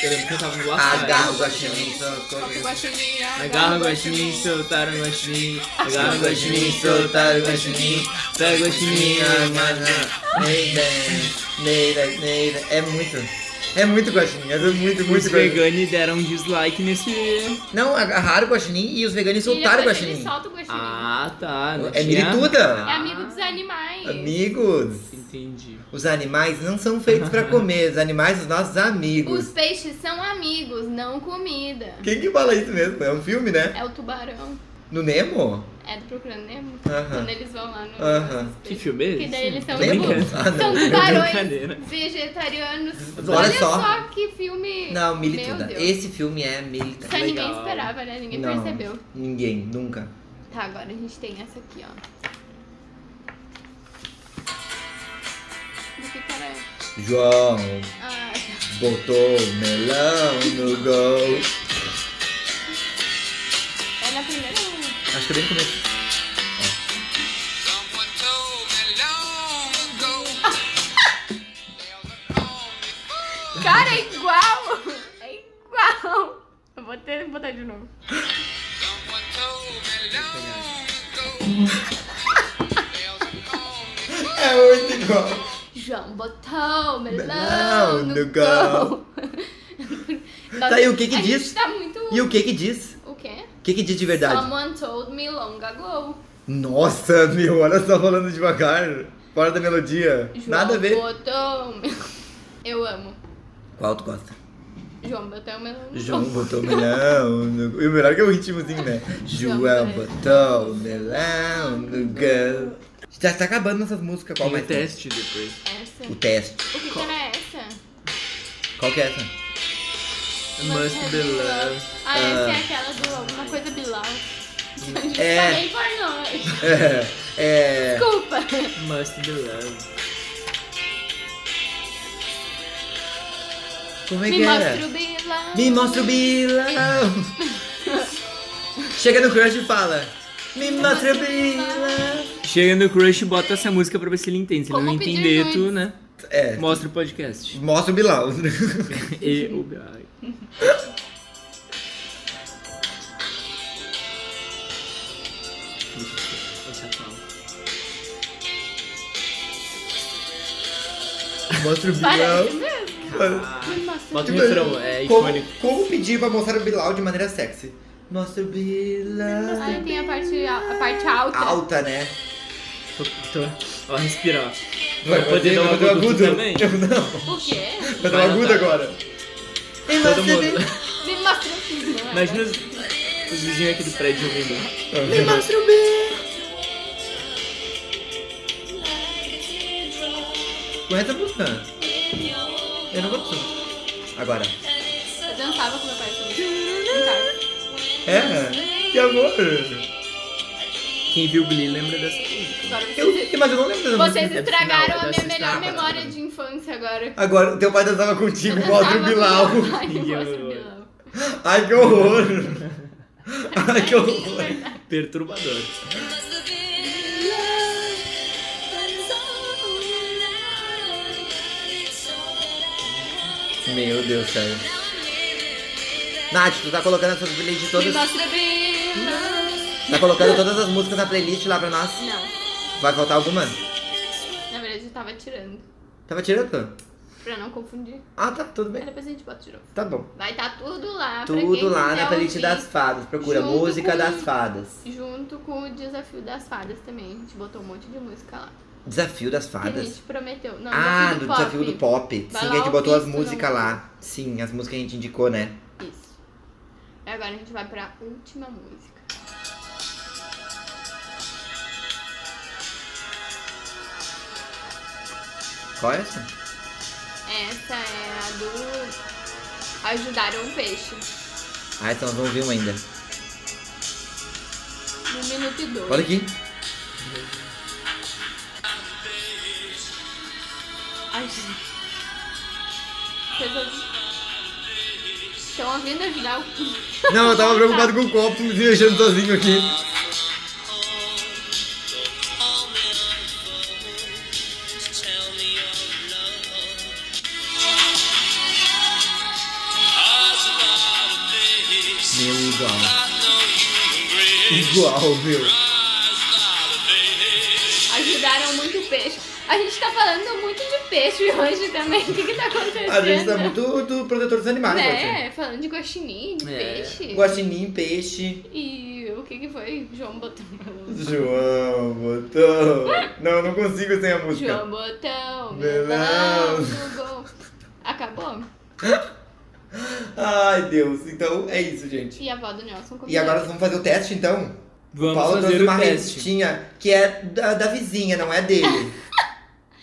Speaker 5: Eu lembro que eu tava no
Speaker 1: Agarra
Speaker 5: WhatsApp.
Speaker 1: o Guaxinim. só
Speaker 4: Eu
Speaker 1: coisa-
Speaker 4: gosto de.
Speaker 5: Agarra o guaxinim, soltar o guaxinim. Agarra o guaxinim, soltar o guaxinim. Pega o guaxinim, amarra.
Speaker 1: Neida, Neida, Neida. É muito. É muito Guaxinim. É muito,
Speaker 5: Os
Speaker 1: muito Guaxinim.
Speaker 5: veganos deram um dislike nesse...
Speaker 1: Não, agarraram o Guaxinim e os veganos soltaram o
Speaker 4: Ele- Ele
Speaker 1: Guaxinim.
Speaker 4: solta o guaxinim.
Speaker 5: Ah, tá. não
Speaker 1: É
Speaker 5: tinha-
Speaker 4: É
Speaker 1: Mirituda.
Speaker 4: amigo dos animais.
Speaker 1: Amigos.
Speaker 5: Entendi.
Speaker 1: Os animais não são feitos pra comer. Os animais, os nossos amigos.
Speaker 4: Os peixes são amigos, não comida.
Speaker 1: Quem que fala isso mesmo? É um filme, né?
Speaker 4: É o tubarão.
Speaker 1: No Nemo?
Speaker 4: É do Procurando Nemo.
Speaker 1: Aham.
Speaker 4: Quando eles vão lá no.
Speaker 1: Aham.
Speaker 5: Que filme é esse?
Speaker 4: Que daí eles são
Speaker 5: Tô brincando.
Speaker 4: tipo-
Speaker 1: Ah,
Speaker 4: São
Speaker 1: não.
Speaker 5: Brincadeira.
Speaker 4: tubarões vegetarianos.
Speaker 1: Olha só.
Speaker 4: que filme.
Speaker 1: Não,
Speaker 4: Meu
Speaker 1: Milituda.
Speaker 4: Deus.
Speaker 1: Esse filme é Milituda.
Speaker 4: Só ninguém
Speaker 5: Legal.
Speaker 4: esperava, né? Ninguém
Speaker 1: Não,
Speaker 4: percebeu.
Speaker 1: Ninguém, nunca.
Speaker 4: Tá, agora a gente tem essa aqui, ó. Do que que era?
Speaker 1: João
Speaker 4: Ah,
Speaker 1: botou o melão no gol.
Speaker 4: é na primeira.
Speaker 1: Acho que é bem no começo.
Speaker 4: Cara, é igual! É igual! Eu vou ter vou botar de novo.
Speaker 1: É muito igual.
Speaker 4: João botou melão
Speaker 1: Melão
Speaker 4: no
Speaker 1: no
Speaker 4: gol. Nossa,
Speaker 1: Tá, e o que que
Speaker 4: a
Speaker 1: diz?
Speaker 4: Gente tá muito...
Speaker 1: E o que Tá. que diz?
Speaker 4: O quê?
Speaker 1: O que que diz de verdade?
Speaker 4: Someone told me long ago.
Speaker 1: Nossa, meu, olha só falando devagar. Fora da melodia.
Speaker 4: João
Speaker 1: Nada a ver.
Speaker 4: botou melão. Eu amo.
Speaker 1: Qual tu gosta?
Speaker 4: João botou melão no
Speaker 1: João
Speaker 4: gol.
Speaker 1: botou melão no gol. E o melhor é que é o ritmozinho, né?
Speaker 4: João
Speaker 1: João
Speaker 4: botou
Speaker 1: botou melão no gol. Já tá acabando nossas músicas. Qual
Speaker 5: Tem um
Speaker 1: mais? tem?
Speaker 5: teste depois.
Speaker 4: Essa.
Speaker 1: O
Speaker 4: O
Speaker 1: teste.
Speaker 4: que, que era essa?
Speaker 1: Qual que é essa?
Speaker 5: Must be love.
Speaker 4: Ah, essa é aquela do alguma coisa Bilal. A gente
Speaker 1: É.
Speaker 4: tá bem por nós.
Speaker 1: É. é...
Speaker 4: Desculpa.
Speaker 5: Must be love.
Speaker 1: Como é
Speaker 4: Me
Speaker 1: que
Speaker 4: mostra
Speaker 1: era?
Speaker 4: o Bilal.
Speaker 1: Me mostra o bilão. Chega no crush e fala. Me mostra o bilão.
Speaker 5: Chega no crush, bota essa música pra ver se ele entende. Se ele
Speaker 4: Como
Speaker 5: não
Speaker 4: pedir
Speaker 5: entender,
Speaker 4: nudes.
Speaker 5: tu, né?
Speaker 1: É.
Speaker 5: Mostra o podcast.
Speaker 1: Mostra o bilão.
Speaker 5: e o Ai. Deixa eu falar.
Speaker 1: Mostra o
Speaker 4: Parece
Speaker 1: bilão.
Speaker 4: mesmo. Me mostra o
Speaker 5: Bota o refrão, é
Speaker 1: Tipo, Como,
Speaker 5: icônico.
Speaker 1: como pedir pra mostrar o bilão de maneira sexy? Mostra o bilão.
Speaker 4: Aí tem a parte, a, a parte alta.
Speaker 1: Alta, né?
Speaker 5: tipo, Tô, tô, ó, respira, ó. Vai poder dar um
Speaker 1: fazer o
Speaker 5: agudo também?
Speaker 1: Eu não.
Speaker 4: Por quê?
Speaker 1: Vai dar um
Speaker 5: Vai,
Speaker 1: agudo
Speaker 5: Natália.
Speaker 1: agora. Me
Speaker 5: Todo
Speaker 1: mostra o
Speaker 5: mundo.
Speaker 1: bilão.
Speaker 4: Me mostra o Bilal.
Speaker 5: Imagina os, os vizinhos aqui do prédio ouvindo.
Speaker 1: Me mostra o bilão. Conhece a música? Eu não gosto. Agora.
Speaker 4: Eu dançava com meu pai também. Então, Em casa.
Speaker 1: É? Que amor!
Speaker 5: Quem viu o Glee lembra dessa música.
Speaker 4: Agora
Speaker 1: Eu
Speaker 4: vocês,
Speaker 1: vi, mas eu não é lembro dessa
Speaker 4: vocês
Speaker 1: música.
Speaker 4: estragaram
Speaker 5: Não,
Speaker 4: a minha
Speaker 5: eu dançava,
Speaker 4: melhor
Speaker 5: dançava.
Speaker 4: memória de infância agora.
Speaker 1: Agora, teu pai dançava contigo,
Speaker 4: Eu
Speaker 1: mostra o
Speaker 4: dançava com
Speaker 1: Bilal.
Speaker 4: meu pai e
Speaker 5: Ninguém
Speaker 4: mostra o
Speaker 5: olhou.
Speaker 4: Bilal.
Speaker 1: Ai, que horror! Ai, que horror!
Speaker 5: Perturbador.
Speaker 1: Meu Deus, sério. Nath, tu tá colocando essas playlists
Speaker 4: Me
Speaker 1: todas.
Speaker 4: mostra o Bilal.
Speaker 1: Tá colocando todas as músicas na playlist lá pra nós.
Speaker 4: Não,
Speaker 1: Vai faltar alguma?
Speaker 4: na verdade eu tava tirando.
Speaker 1: Tava tirando?
Speaker 4: Pra não confundir.
Speaker 1: Ah, tá, tudo
Speaker 4: Aí
Speaker 1: bem.
Speaker 4: depois a gente bota de novo.
Speaker 1: Tá bom.
Speaker 4: Vai estar tá tudo lá. pra
Speaker 1: Tudo
Speaker 4: quem
Speaker 1: lá
Speaker 4: quiser
Speaker 1: na playlist
Speaker 4: ouvir,
Speaker 1: das fadas. Procura
Speaker 4: Junto
Speaker 1: música
Speaker 4: com-
Speaker 1: das fadas.
Speaker 4: Junto com o Desafio das Fadas também. A gente botou um monte de música lá.
Speaker 1: Desafio das
Speaker 4: Que a
Speaker 1: fadas?
Speaker 4: gente prometeu. Não,
Speaker 1: Ah,
Speaker 4: desafio
Speaker 1: do
Speaker 4: do pop.
Speaker 1: desafio do pop. Sim,
Speaker 4: Vai
Speaker 1: a
Speaker 4: lá
Speaker 1: gente
Speaker 4: ouvir
Speaker 1: botou as
Speaker 4: isso,
Speaker 1: músicas
Speaker 4: não.
Speaker 1: lá. Sim, as músicas que a gente indicou, né?
Speaker 4: Isso. E agora a gente vai pra última música.
Speaker 1: Qual é essa?
Speaker 4: Essa é a do Ajudar um Peixe.
Speaker 1: Ah, então não viu ainda.
Speaker 4: No me minuto e dois.
Speaker 1: Olha aqui.
Speaker 4: Ai, gente. Vocês ouvi- Estão ouvindo eu girar o...
Speaker 1: Não, eu tava preocupado com o copo me mexendo sozinho aqui. Meu igual. Igual, meu.
Speaker 4: Ajudaram muito o peixe. A gente tá falando muito de peixe hoje também. O que que tá acontecendo?
Speaker 1: A gente tá muito do protetor dos animais, Guaxinim.
Speaker 4: Né? Falando de guaxinim, de
Speaker 5: É.
Speaker 4: peixe.
Speaker 1: Guaxinim, peixe.
Speaker 4: E o que que foi? João Botão.
Speaker 1: João, botão. Não, não consigo sem a música.
Speaker 4: João Botão.
Speaker 1: Melão.
Speaker 4: Melão. Google. Acabou?
Speaker 1: Ai, Deus. Então, é isso, gente.
Speaker 4: E a avó do Nelson
Speaker 1: E agora nós vamos fazer o teste, então?
Speaker 5: Vamos
Speaker 1: Paulo
Speaker 5: fazer
Speaker 1: trouxe uma
Speaker 5: o teste.
Speaker 1: revistinha que é da, da vizinha, não é dele.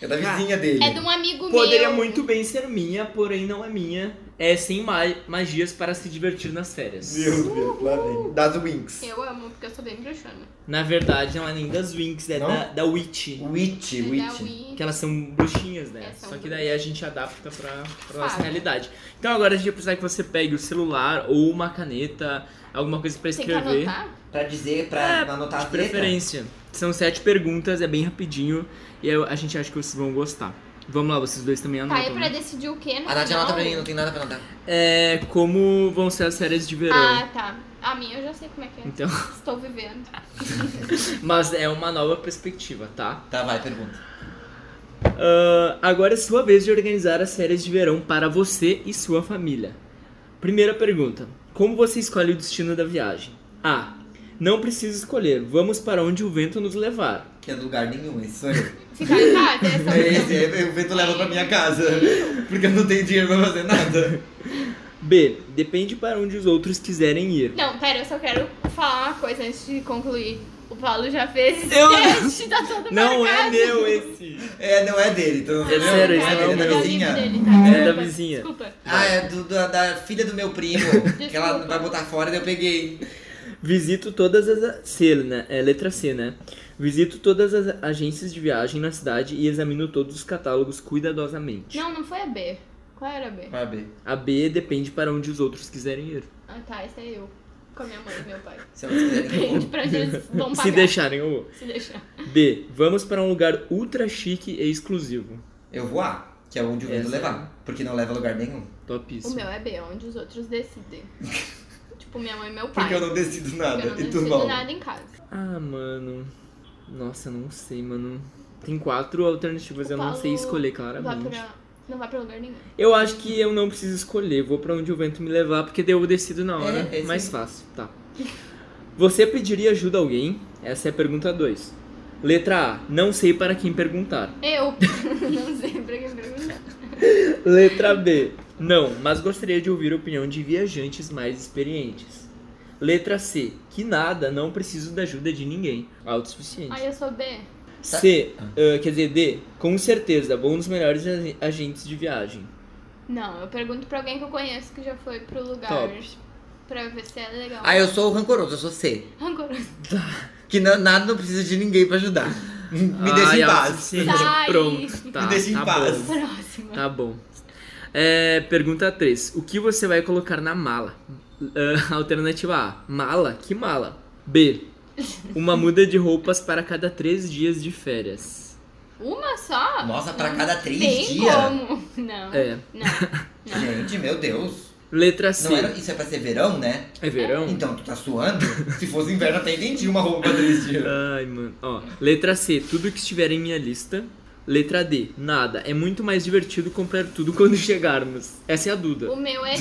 Speaker 1: É da vizinha dele.
Speaker 4: É de um amigo
Speaker 5: Poderia
Speaker 4: meu.
Speaker 5: muito bem ser minha, porém não é minha. É sem ma- magias para se divertir nas férias.
Speaker 1: Meu Deus, lá vem. Das Winx.
Speaker 4: Eu amo, porque eu sou bem bruxona.
Speaker 5: Na verdade, não é nem das Winx, é
Speaker 1: Não?
Speaker 5: da, da Witch.
Speaker 1: Witch,
Speaker 4: É da
Speaker 1: Witch.
Speaker 4: Wii.
Speaker 5: Que elas são bruxinhas, né?
Speaker 4: É, são
Speaker 5: Só que daí a gente adapta pra, pra nossa
Speaker 4: Claro.
Speaker 5: realidade. Então agora a gente vai precisar que você pegue o celular ou uma caneta, alguma coisa pra
Speaker 4: Tem que
Speaker 5: escrever.
Speaker 4: anotar?
Speaker 1: Pra dizer, pra
Speaker 5: É,
Speaker 1: anotar
Speaker 5: De
Speaker 1: a letra.
Speaker 5: preferência. São sete perguntas, é bem rapidinho. E eu- a gente acha que vocês vão gostar. Vamos lá, vocês dois também
Speaker 4: Tá, é
Speaker 5: anotam.
Speaker 4: pra
Speaker 5: né?
Speaker 4: decidir o quê? no
Speaker 1: A Nath
Speaker 4: final?
Speaker 1: anota pra mim, não tem nada pra anotar.
Speaker 5: É como vão ser as férias de verão.
Speaker 4: Ah, tá. A minha eu já sei como é que é.
Speaker 5: Então,
Speaker 4: Estou vivendo.
Speaker 5: mas é uma nova perspectiva, tá?
Speaker 1: Tá, vai, pergunta.
Speaker 5: Ah, agora é sua vez de organizar as férias de verão para você e sua família. Primeira pergunta: Como você escolhe o destino da viagem? A. Não precisa escolher, vamos para onde o vento nos levar.
Speaker 1: Que é lugar nenhum, esse sou eu.
Speaker 4: Ficar em casa, tá?
Speaker 5: Tá
Speaker 4: essa
Speaker 1: É esse, é, o vento leva pra minha casa. Porque eu não tenho dinheiro pra fazer nada.
Speaker 5: B. Depende para onde os outros quiserem ir.
Speaker 4: Não, pera, eu só quero falar uma coisa antes de concluir. O Paulo já fez esse
Speaker 5: Eu-
Speaker 4: teste, tá todo
Speaker 5: Não é
Speaker 4: marcado.
Speaker 5: meu esse.
Speaker 1: É, não é dele, então não
Speaker 5: É sério, esse
Speaker 1: é
Speaker 5: não é o
Speaker 1: dele,
Speaker 5: meu.
Speaker 1: da
Speaker 4: livro
Speaker 1: vizinha.
Speaker 4: dele, tá?
Speaker 5: É da
Speaker 4: Desculpa,
Speaker 5: vizinha.
Speaker 4: Desculpa.
Speaker 1: Ah, é do, da, da filha do meu primo. que ela
Speaker 4: Desculpa.
Speaker 1: vai botar fora e eu peguei.
Speaker 5: Visito todas as C, né? É letra C, né? Visito todas as agências de viagem na cidade e examino todos os catálogos cuidadosamente.
Speaker 4: Não, não foi a B. Qual era a B?
Speaker 1: Vai, B.
Speaker 5: A B depende para onde os outros quiserem ir.
Speaker 4: Ah, tá, essa é eu. Com a minha mãe e meu pai.
Speaker 1: Se elas quiserem.
Speaker 4: Depende pra onde eles vão pagar.
Speaker 5: Se deixarem ou
Speaker 4: Se deixar.
Speaker 5: B. Vamos para um lugar ultra chique e exclusivo.
Speaker 1: Eu vou A, que é onde o vento
Speaker 5: Essa.
Speaker 1: levar. Porque não leva a lugar nenhum.
Speaker 5: Topíssimo.
Speaker 4: O meu é B, onde os outros decidem. tipo, minha mãe e meu pai.
Speaker 1: Porque eu não decido
Speaker 4: Porque
Speaker 1: nada.
Speaker 4: eu não
Speaker 1: e
Speaker 4: decido
Speaker 1: tu mal.
Speaker 4: nada em casa.
Speaker 5: Ah, mano. Nossa, não sei, mano. Tem quatro alternativas,
Speaker 4: O
Speaker 5: eu não
Speaker 4: Paulo
Speaker 5: sei escolher,
Speaker 4: Vai
Speaker 5: claramente.
Speaker 4: pra... Não vai pra lugar nenhum.
Speaker 5: Eu acho que eu não preciso escolher, vou pra onde o vento me levar, porque daí eu decido na hora.
Speaker 1: É, é isso
Speaker 5: mais
Speaker 1: aí.
Speaker 5: fácil, tá. Você pediria ajuda a alguém? Essa é a pergunta 2. Letra A. Não sei para quem perguntar.
Speaker 4: Eu não sei pra quem perguntar.
Speaker 5: Letra B. Não, mas gostaria de ouvir a opinião de viajantes mais experientes. Letra C. Que nada, não preciso da ajuda de ninguém. Autossuficiente.
Speaker 4: Aí eu sou B.
Speaker 5: C. ah, quer dizer, D. Com certeza, bom dos melhores ag- agentes de viagem.
Speaker 4: Não, eu pergunto pra alguém que eu conheço que já foi pro lugar.
Speaker 5: Top.
Speaker 4: Pra ver se é legal.
Speaker 1: Ah, eu sou o rancoroso, eu sou C.
Speaker 4: Rancoroso.
Speaker 1: Que na- nada não precisa de ninguém pra ajudar. Me deixa
Speaker 5: Ai,
Speaker 1: em paz.
Speaker 5: autossuficiente.
Speaker 4: Sai.
Speaker 5: Pronto. Tá,
Speaker 1: Me deixa em
Speaker 5: tá
Speaker 1: paz.
Speaker 5: bom.
Speaker 4: Próxima.
Speaker 5: Tá bom. É, pergunta 3. O que você vai colocar na mala? Ah, alternativa A. Mala? Que mala? B. Uma muda de roupas para cada três dias de férias.
Speaker 4: Uma só?
Speaker 1: Nossa, pra cada três
Speaker 4: Tem
Speaker 1: dias?
Speaker 4: como. né? Não.
Speaker 5: É.
Speaker 4: Não.
Speaker 1: Gente, meu Deus.
Speaker 5: Letra C.
Speaker 1: Não era, isso é pra ser verão, né?
Speaker 5: É verão?
Speaker 1: Então tu tá suando? Se fosse inverno, até entendi uma roupa pra três dias.
Speaker 5: Ai, mano. Ó, letra C. Tudo que estiver em minha lista. Letra D. Nada. É muito mais divertido comprar tudo quando chegarmos. Essa é a
Speaker 4: O
Speaker 5: Duda.
Speaker 4: meu é.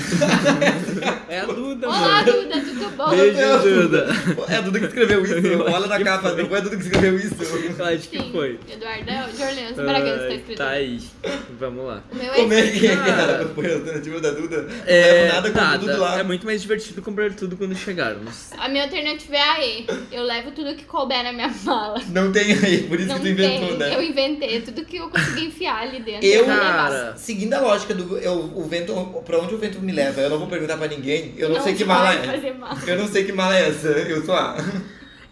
Speaker 5: É a Duda,
Speaker 4: Olá,
Speaker 5: mano.
Speaker 4: Duda, tudo bom?
Speaker 5: Beijo, Duda.
Speaker 1: É a Duda que escreveu isso. Olha na capa, não foi a Duda que escreveu isso.
Speaker 5: Eu acho que
Speaker 4: Sim.
Speaker 5: foi.
Speaker 4: Eduardo é de Orleans Bragança tá
Speaker 5: Ai,
Speaker 4: escrito.
Speaker 5: tá aí. Vamos lá.
Speaker 4: O meu
Speaker 1: Como é
Speaker 4: é.
Speaker 1: que é que era? Foi a alternativa da Duda? Não
Speaker 5: É,
Speaker 1: leva nada com
Speaker 5: nada.
Speaker 1: tudo lá.
Speaker 5: É muito mais divertido comprar tudo quando chegarmos.
Speaker 4: A minha alternativa é a E. Eu levo tudo que couber na minha mala.
Speaker 1: Não tem aí, por isso
Speaker 4: Não
Speaker 1: que tu inventou,
Speaker 4: tem.
Speaker 1: né?
Speaker 4: Eu inventei tudo que eu consegui enfiar ali dentro.
Speaker 1: Eu,
Speaker 4: vou levar.
Speaker 5: Cara.
Speaker 1: seguindo a lógica do eu, o vento, pra onde o vento me leva, eu não vou perguntar pra ninguém, eu não, sei que
Speaker 4: vai
Speaker 1: mala é.
Speaker 4: fazer mala.
Speaker 1: Eu não sei que mala é essa, eu sou A.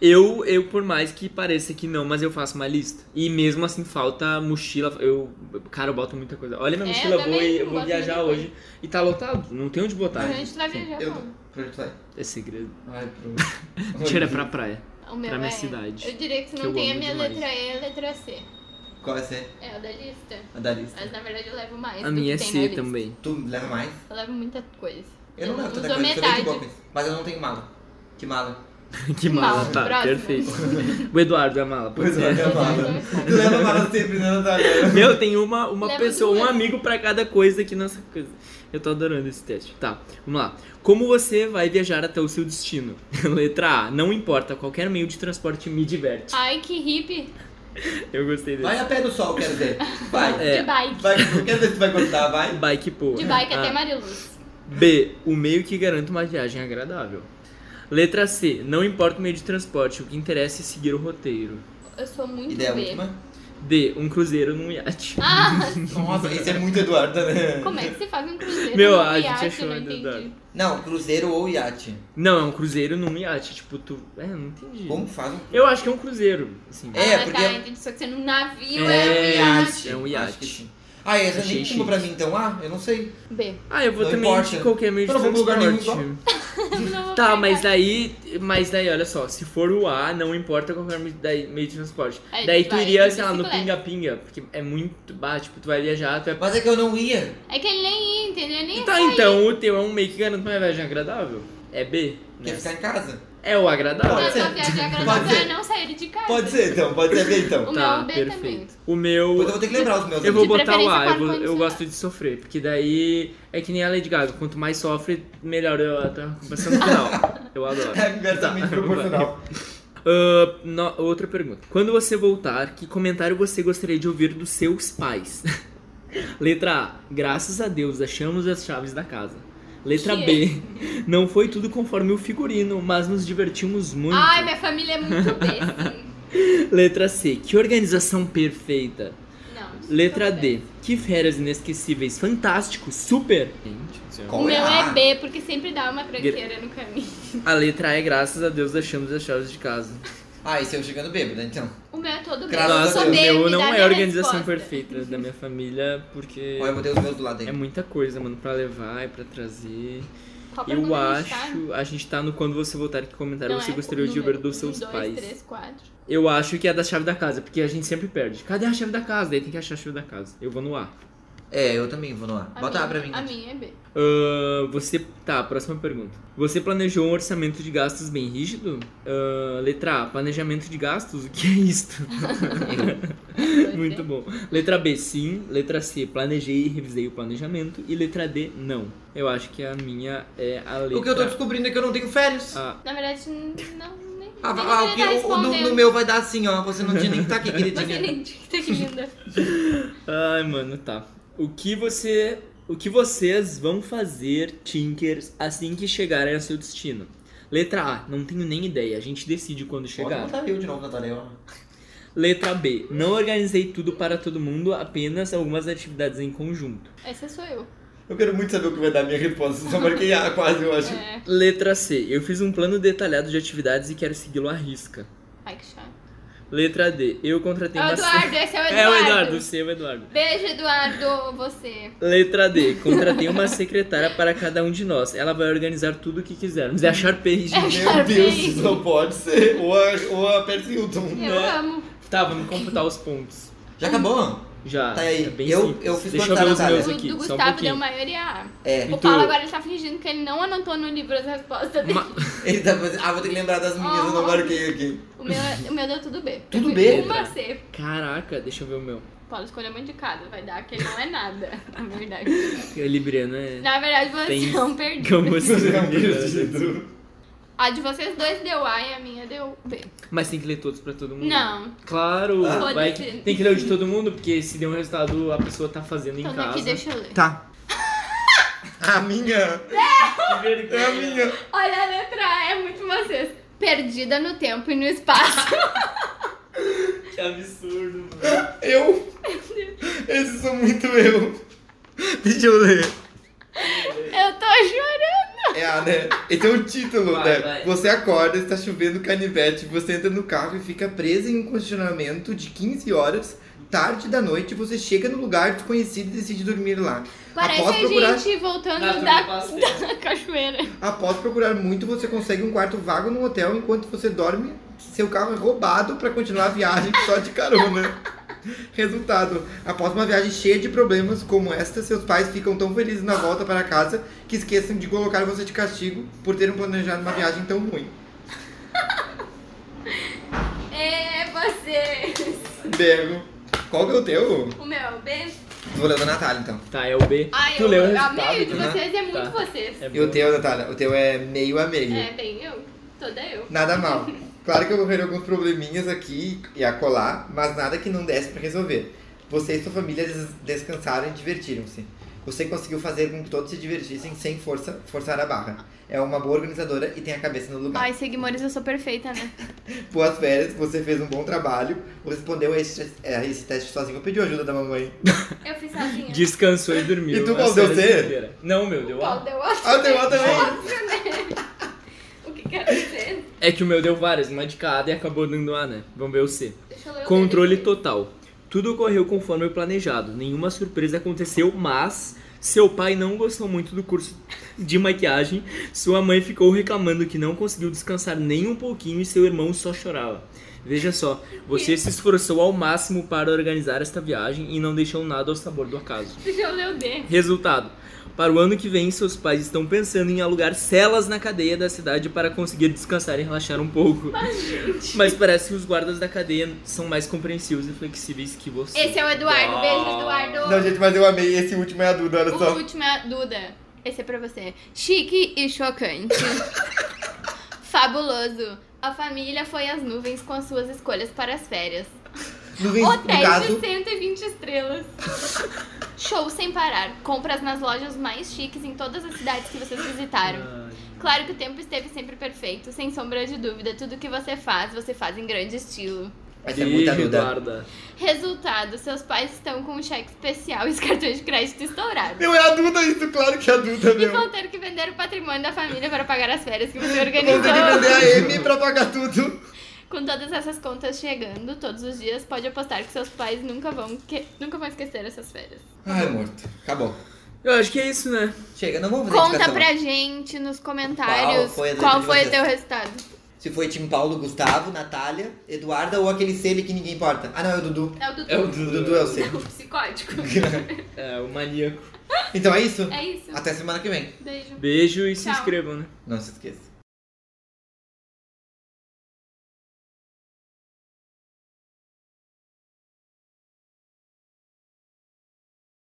Speaker 5: Eu, eu, por mais que pareça que não, mas eu faço uma lista. E mesmo assim falta mochila. Eu, cara, eu boto muita coisa. Olha minha
Speaker 4: É, eu
Speaker 5: mochila boa
Speaker 4: também
Speaker 5: e eu vou
Speaker 4: boto
Speaker 5: viajar
Speaker 4: muita coisa. Uhum.
Speaker 5: hoje. E tá lotado, não tem onde
Speaker 1: Tá,
Speaker 5: botar.
Speaker 4: A gente tá vai viajar
Speaker 1: Eu-
Speaker 4: como?
Speaker 1: Pra onde tu vai?
Speaker 5: É segredo.
Speaker 1: Ai, pro...
Speaker 5: Tira pra praia.
Speaker 4: O meu
Speaker 5: Pra minha
Speaker 4: é-
Speaker 5: cidade,
Speaker 4: Eu diria que se
Speaker 5: que
Speaker 4: não
Speaker 5: eu
Speaker 4: tem a
Speaker 5: amo
Speaker 4: minha
Speaker 5: demais.
Speaker 4: letra E, é a letra C.
Speaker 1: Qual vai ser?
Speaker 4: É a da lista.
Speaker 1: A da lista.
Speaker 4: Mas é- na verdade eu levo mais.
Speaker 5: A
Speaker 4: do
Speaker 5: minha é
Speaker 4: que tem na
Speaker 5: C
Speaker 4: lista.
Speaker 5: também.
Speaker 1: Tu leva mais?
Speaker 4: Eu levo muita coisa.
Speaker 1: Eu não levo tanta
Speaker 4: uso
Speaker 1: coisa, eu sou bem de
Speaker 4: metade.
Speaker 1: boa com isso. Mas eu não tenho mala. Que mala?
Speaker 5: que mala,
Speaker 4: Mala,
Speaker 5: tá,
Speaker 4: próximo.
Speaker 5: perfeito. O Eduardo é mala, pois é.
Speaker 1: a mala. Tu leva mala sempre, né, Natália?
Speaker 5: Meu, tem uma, uma
Speaker 4: Leva
Speaker 5: pessoa, um
Speaker 4: duas.
Speaker 5: amigo pra cada coisa aqui nessa coisa. Eu tô adorando esse teste. Tá, vamos lá. Como você vai viajar até o seu destino? Letra A. Não importa, qualquer meio de transporte me diverte.
Speaker 4: Ai, que hippie. Ah.
Speaker 5: Eu gostei desse.
Speaker 1: Vai a pé do sol, quero dizer. Vai.
Speaker 5: É.
Speaker 4: De bike.
Speaker 1: Vai, eu quero ver se tu vai gostar, vai.
Speaker 5: Bike, pô.
Speaker 4: De bike
Speaker 5: Ah.
Speaker 4: até Mariluz.
Speaker 5: B. O meio que garante uma viagem agradável. Letra C. Não importa o meio de transporte, o que interessa é seguir o roteiro.
Speaker 4: Eu sou muito
Speaker 1: Ideia
Speaker 4: B.
Speaker 1: última.
Speaker 5: D. Um cruzeiro num iate.
Speaker 4: Ah,
Speaker 1: Nossa, esse é muito Eduardo, né?
Speaker 4: como é que se faz um cruzeiro?
Speaker 5: Meu,
Speaker 4: no
Speaker 5: a gente
Speaker 4: iate?
Speaker 5: achou
Speaker 4: Eu não
Speaker 5: ainda,
Speaker 4: entendi.
Speaker 1: Não, cruzeiro ou iate.
Speaker 5: Não, é um cruzeiro num iate. Tipo, tu. É, não entendi.
Speaker 1: Como faz um...
Speaker 5: Eu acho que é um cruzeiro. Assim.
Speaker 1: É,
Speaker 4: ah,
Speaker 1: porque-
Speaker 4: tá, entendi. Só que você é num navio,
Speaker 5: É,
Speaker 4: é, um iate.
Speaker 5: isso, é um
Speaker 1: Acho que
Speaker 5: iate.
Speaker 1: sim. Ah, essa
Speaker 5: Achei
Speaker 1: nem
Speaker 5: chique.
Speaker 1: como pra mim, então. Ah, eu não sei.
Speaker 4: B.
Speaker 5: Ah, eu vou
Speaker 1: Não
Speaker 5: também
Speaker 1: importa.
Speaker 5: de qualquer meio de
Speaker 1: Eu não vou pra lugar nenhum,
Speaker 5: transporte. Tá, mas daí, mas daí, olha só, se for o A, não importa qualquer me- daí- meio de transporte.
Speaker 4: Aí
Speaker 5: daí
Speaker 4: tu
Speaker 5: tu
Speaker 4: É, vai
Speaker 5: iria,
Speaker 4: de
Speaker 5: sei lá, no
Speaker 4: bicicleta.
Speaker 5: pinga-pinga, porque é muito, bah, tipo, tu vai viajar, tu vai...
Speaker 1: Mas é que eu não ia.
Speaker 4: É que ele nem ia, entendeu? Ele nem ia
Speaker 5: Tá,
Speaker 4: sair.
Speaker 5: então o teu é um meio que garante uma viagem agradável. É B,
Speaker 1: Quer
Speaker 5: né?
Speaker 1: ficar em casa?
Speaker 5: É o
Speaker 4: Não,
Speaker 5: agradável.
Speaker 1: Pode
Speaker 4: sua
Speaker 1: ser.
Speaker 4: viagem
Speaker 1: Pode
Speaker 4: agradável
Speaker 1: ser.
Speaker 4: é não sair de casa.
Speaker 1: Pode ser, então. Pode ser B, então.
Speaker 4: O meu é
Speaker 5: Tá,
Speaker 4: o B também.
Speaker 5: perfeito. O
Speaker 1: Depois eu
Speaker 5: meu...
Speaker 1: vou ter que lembrar os meus.
Speaker 5: Eu vou
Speaker 4: De
Speaker 5: botar o
Speaker 4: preferência
Speaker 5: A, eu, vou- eu
Speaker 4: ar-condicionado.
Speaker 5: gosto de sofrer, porque daí é que nem a Lady Gaga, quanto mais sofre, melhor eu a tua recompensa no final. Eu adoro.
Speaker 1: É inversamente proporcional.
Speaker 5: Ah, no- outra pergunta. Quando você voltar, que comentário você gostaria de ouvir dos seus pais? Letra A. Graças a Deus, achamos as chaves da casa. Letra
Speaker 4: Que
Speaker 5: B. Não foi tudo conforme o figurino, mas nos divertimos muito.
Speaker 4: Ai, minha família é muito B, sim.
Speaker 5: Letra C. Que organização perfeita.
Speaker 4: Não.
Speaker 5: Letra
Speaker 4: sou B.
Speaker 5: D. Que férias inesquecíveis. Fantástico, super. Gente do céu.
Speaker 1: Qual
Speaker 4: O meu
Speaker 1: a?
Speaker 4: é B, porque sempre dá uma tranqueira no caminho.
Speaker 5: A letra E. Graças a Deus, achamos as chaves de casa.
Speaker 1: Ah, esse é eu chegando bêbado, então.
Speaker 4: O meu é todo B.
Speaker 1: Graças
Speaker 4: Eu
Speaker 1: a
Speaker 4: sou
Speaker 5: o
Speaker 1: Deus.
Speaker 4: B,
Speaker 5: meu
Speaker 4: me
Speaker 5: não
Speaker 4: dá
Speaker 5: é
Speaker 4: minha
Speaker 5: a organização
Speaker 4: resposta.
Speaker 5: perfeita da minha família, porque...
Speaker 1: Olha, eu botei os meus do lado aí.
Speaker 5: É muita coisa, mano, pra levar e pra trazer.
Speaker 4: Qual
Speaker 5: eu
Speaker 4: pergunta a gente tá?
Speaker 5: acho. A gente tá no quando você voltar que comentário
Speaker 4: Não,
Speaker 5: você
Speaker 4: é
Speaker 5: gostaria de ouvir
Speaker 4: número
Speaker 5: dos
Speaker 4: um,
Speaker 5: seus
Speaker 4: dois,
Speaker 5: pais.
Speaker 4: três, quatro.
Speaker 5: Eu acho que é da chave da casa, porque a gente sempre perde. Cadê a chave da casa? Daí tem que achar a chave da casa. Eu vou no A.
Speaker 1: É, eu também vou no ar.
Speaker 4: A
Speaker 1: Bota A pra
Speaker 4: minha-
Speaker 1: mim. né?
Speaker 4: A
Speaker 1: Nath.
Speaker 4: minha é B.
Speaker 5: Ahn, você. Tá, próxima pergunta. Você planejou um orçamento de gastos bem rígido? Ahn, letra A, planejamento de gastos? O que é isto?
Speaker 4: Dois,
Speaker 5: Muito
Speaker 4: três.
Speaker 5: bom. Letra B, sim. Letra C, planejei e revisei o planejamento. E letra D, não. Eu acho que a minha é a letra.
Speaker 1: O que eu tô descobrindo é que eu não tenho férias.
Speaker 5: A.
Speaker 4: Na verdade, não. nem-
Speaker 1: Ah,
Speaker 4: nem
Speaker 1: ah, o
Speaker 4: ele
Speaker 1: que, o- o-
Speaker 4: tá
Speaker 1: no,
Speaker 4: respondendo.
Speaker 1: no meu vai dar assim, ó. Você não tinha nem que tá aqui,
Speaker 4: Você
Speaker 1: queridinha.
Speaker 4: nem tinha que ter que linda.
Speaker 5: Ai, mano, tá. O que você. O que vocês vão fazer, Tinkers, assim que chegarem ao seu destino? Letra A, não tenho nem ideia, a gente decide quando
Speaker 1: Pode
Speaker 5: chegar.
Speaker 1: botar eu de novo, Natália. ó.
Speaker 5: Letra B, não organizei tudo para todo mundo, apenas algumas atividades em conjunto.
Speaker 4: Essa sou eu.
Speaker 1: Eu quero muito saber o que vai dar a minha resposta. Só marquei A quase, eu acho.
Speaker 4: É.
Speaker 5: Letra C, eu fiz um plano detalhado de atividades e quero segui-lo à risca.
Speaker 4: Ai, que chato.
Speaker 5: Letra D, eu contratei
Speaker 4: É o
Speaker 5: uma.
Speaker 4: Eduardo, esse é o Eduardo.
Speaker 5: É o Eduardo, C, é o Eduardo.
Speaker 4: Beijo, Eduardo, você.
Speaker 5: Letra D, contratei uma secretária para cada um de nós. Ela vai organizar tudo o que quisermos. É a Sharpay, gente.
Speaker 1: Meu Deus, isso não pode ser. Ou a, ou a Paris Hilton.
Speaker 4: Eu
Speaker 5: Né?
Speaker 4: amo.
Speaker 5: Tá, vamos computar os pontos.
Speaker 1: Já acabou?
Speaker 5: Já.
Speaker 1: Tá aí.
Speaker 5: É bem
Speaker 1: Eu-
Speaker 5: simples.
Speaker 1: eu fiz
Speaker 5: Deixa eu
Speaker 1: quanto
Speaker 5: ver
Speaker 1: tá,
Speaker 5: os
Speaker 1: Natália?
Speaker 5: meus
Speaker 4: O do
Speaker 5: aqui, só um
Speaker 4: Gustavo deu
Speaker 5: pouquinho.
Speaker 4: maioria A.
Speaker 1: É.
Speaker 5: E
Speaker 4: O
Speaker 5: tu?
Speaker 4: Paulo agora ele tá fingindo que ele não anotou no livro as respostas dele.
Speaker 5: Ma-
Speaker 1: Ele tá fazendo... Ah, vou ter que lembrar das minhas, eu não
Speaker 4: Aham.
Speaker 1: marquei aqui.
Speaker 4: O meu, é- o meu deu tudo B.
Speaker 1: Tudo
Speaker 4: Eu
Speaker 1: B?
Speaker 4: fui Uma C.
Speaker 5: Caraca, deixa eu ver o meu.
Speaker 4: O Paulo escolheu muito de casa, vai dar que ele não é nada, na verdade.
Speaker 5: O Libriano é...
Speaker 4: Na verdade, vocês
Speaker 5: Tem-
Speaker 4: não perdido.
Speaker 5: Como assim, Libriano?
Speaker 4: A de vocês dois deu A e a minha deu B.
Speaker 5: Mas tem que ler todos pra todo mundo.
Speaker 4: Não.
Speaker 5: Claro.
Speaker 4: Ah.
Speaker 5: vai
Speaker 4: Foda-se.
Speaker 5: que- Tem que ler o de todo mundo, porque se der um resultado, a pessoa tá fazendo em
Speaker 4: Então
Speaker 5: casa.
Speaker 4: daqui deixa eu ler.
Speaker 1: Tá. A minha.
Speaker 5: Que vergonha.
Speaker 1: É a minha.
Speaker 4: Olha a letra A, é muito vocês. Perdida no tempo e no espaço.
Speaker 5: Que absurdo, mano.
Speaker 1: Eu. Esses são muito eu. Deixa eu ler.
Speaker 4: eu tô chorando.
Speaker 1: É a, né? E tem um título,
Speaker 5: Vai,
Speaker 1: né?
Speaker 5: vai.
Speaker 1: Você acorda, está chovendo canivete, você entra no carro e fica preso em um congestionamento de 15 horas, tarde da noite, você chega no lugar desconhecido e decide dormir lá.
Speaker 5: Ah,
Speaker 4: Parece
Speaker 1: após
Speaker 4: a
Speaker 1: procurar,
Speaker 4: gente voltando
Speaker 5: Da
Speaker 4: da,
Speaker 5: turma
Speaker 4: da cachoeira.
Speaker 1: Após procurar muito, você consegue um quarto vago num hotel enquanto você dorme. Seu carro é roubado para continuar a viagem só de carona. Resultado: após uma viagem cheia de problemas como esta, seus pais ficam tão felizes na volta para casa que esquecem de colocar você de castigo por terem planejado uma viagem tão ruim.
Speaker 4: É você.
Speaker 1: Bego, qual que é o teu?
Speaker 4: O meu, bem.
Speaker 1: Vou ler o da Natália então.
Speaker 5: Tá, é o B.
Speaker 4: Ai,
Speaker 5: tu
Speaker 4: eu,
Speaker 5: leu o
Speaker 4: eu
Speaker 5: resultado?
Speaker 4: amei o de
Speaker 5: né?
Speaker 4: vocês, é muito
Speaker 5: Tá.
Speaker 4: vocês.
Speaker 5: É
Speaker 4: É,
Speaker 1: E o
Speaker 5: bom.
Speaker 1: teu, Natália? O teu é meio a meio.
Speaker 4: bem eu. Toda eu.
Speaker 1: Nada mal. Claro que ocorreram alguns probleminhas aqui e acolá, mas nada que não desse pra resolver. Você e sua família des- descansaram e divertiram-se. Você conseguiu fazer com que todos se divertissem sem força, forçar a barra. É uma boa organizadora e tem a cabeça no lugar.
Speaker 4: Ai, seguimores, eu sou perfeita, né?
Speaker 1: Boas férias, você fez um bom trabalho, respondeu a esse, é, a esse teste sozinho, pediu ajuda da mamãe.
Speaker 4: Eu fiz sozinha.
Speaker 5: Descansou e dormiu.
Speaker 1: E tu,
Speaker 5: a
Speaker 1: qual deu
Speaker 5: série
Speaker 1: C?
Speaker 5: inteira. Não, meu, deu
Speaker 4: Qual
Speaker 5: A.
Speaker 4: deu outro?
Speaker 1: Ah, deu A também.
Speaker 4: O que quer dizer?
Speaker 5: É que o meu deu várias, uma de cada e acabou dando A, né? Vamos ver o C.
Speaker 4: Deixa eu ler o
Speaker 5: Controle
Speaker 4: dele.
Speaker 5: total. Tudo ocorreu conforme planejado, nenhuma surpresa aconteceu, mas seu pai não gostou muito do curso de maquiagem, sua mãe ficou reclamando que não conseguiu descansar nem um pouquinho e seu irmão só chorava. Veja só, você se esforçou ao máximo para organizar esta viagem e não deixou nada ao sabor do acaso.
Speaker 4: Deixa eu ler o D.
Speaker 5: Resultado: para o ano que vem, seus pais estão pensando em alugar celas na cadeia da cidade para conseguir descansar e relaxar um pouco. Mas parece que os guardas da cadeia são mais compreensivos e flexíveis que você.
Speaker 4: Esse é o Eduardo. Beijo, Eduardo.
Speaker 1: Ah. Não, gente, mas eu amei. Esse último é a Duda, olha
Speaker 4: O
Speaker 1: só.
Speaker 4: último é a Duda. Esse é pra você. Chique e chocante. Fabuloso. A família foi às nuvens com as suas escolhas para as férias.
Speaker 1: Nuvens, no
Speaker 4: Hotéis
Speaker 1: caso,
Speaker 4: de 120 estrelas. Show sem parar. Compras nas lojas mais chiques em todas as cidades que vocês
Speaker 1: Ah.
Speaker 4: visitaram.
Speaker 5: Ai.
Speaker 4: Claro que o tempo esteve sempre perfeito, sem sombra de dúvida. Tudo que você faz, você faz em grande estilo.
Speaker 1: essa é muita
Speaker 5: Ih,
Speaker 1: Duda.
Speaker 5: Eduarda.
Speaker 4: Resultado: seus pais estão com um cheque especial e os cartões de crédito estourados.
Speaker 1: Meu, é a Duda isso, claro que é a Duda,
Speaker 4: E
Speaker 1: meu.
Speaker 4: vão ter que vender o patrimônio da família para pagar as férias que você
Speaker 1: Vou ter que
Speaker 4: organizou.
Speaker 1: vender a M pra pagar tudo.
Speaker 4: Com todas essas contas chegando todos os dias, pode apostar que seus pais nunca vão, que... nunca vão esquecer essas férias.
Speaker 1: Ai, morto. Acabou.
Speaker 5: Eu acho que é isso, né?
Speaker 1: Chega, não vamos fazer
Speaker 4: Conta
Speaker 1: indicação.
Speaker 4: pra gente nos comentários
Speaker 1: Qual foi a letra
Speaker 4: qual
Speaker 1: de
Speaker 4: foi o
Speaker 1: vocês?
Speaker 4: teu resultado.
Speaker 1: Se foi time Paulo, Gustavo, Natália, Eduarda ou aquele C ali que ninguém importa. Ah, não, é o Dudu.
Speaker 4: É o do
Speaker 5: É o
Speaker 1: O Dudu é o C.
Speaker 4: o psicótico.
Speaker 5: É, o maníaco.
Speaker 1: então é isso.
Speaker 4: É isso.
Speaker 1: Até semana que vem.
Speaker 4: Beijo.
Speaker 5: Beijo e se
Speaker 4: Tchau.
Speaker 5: inscrevam, né?
Speaker 1: Não se esqueça.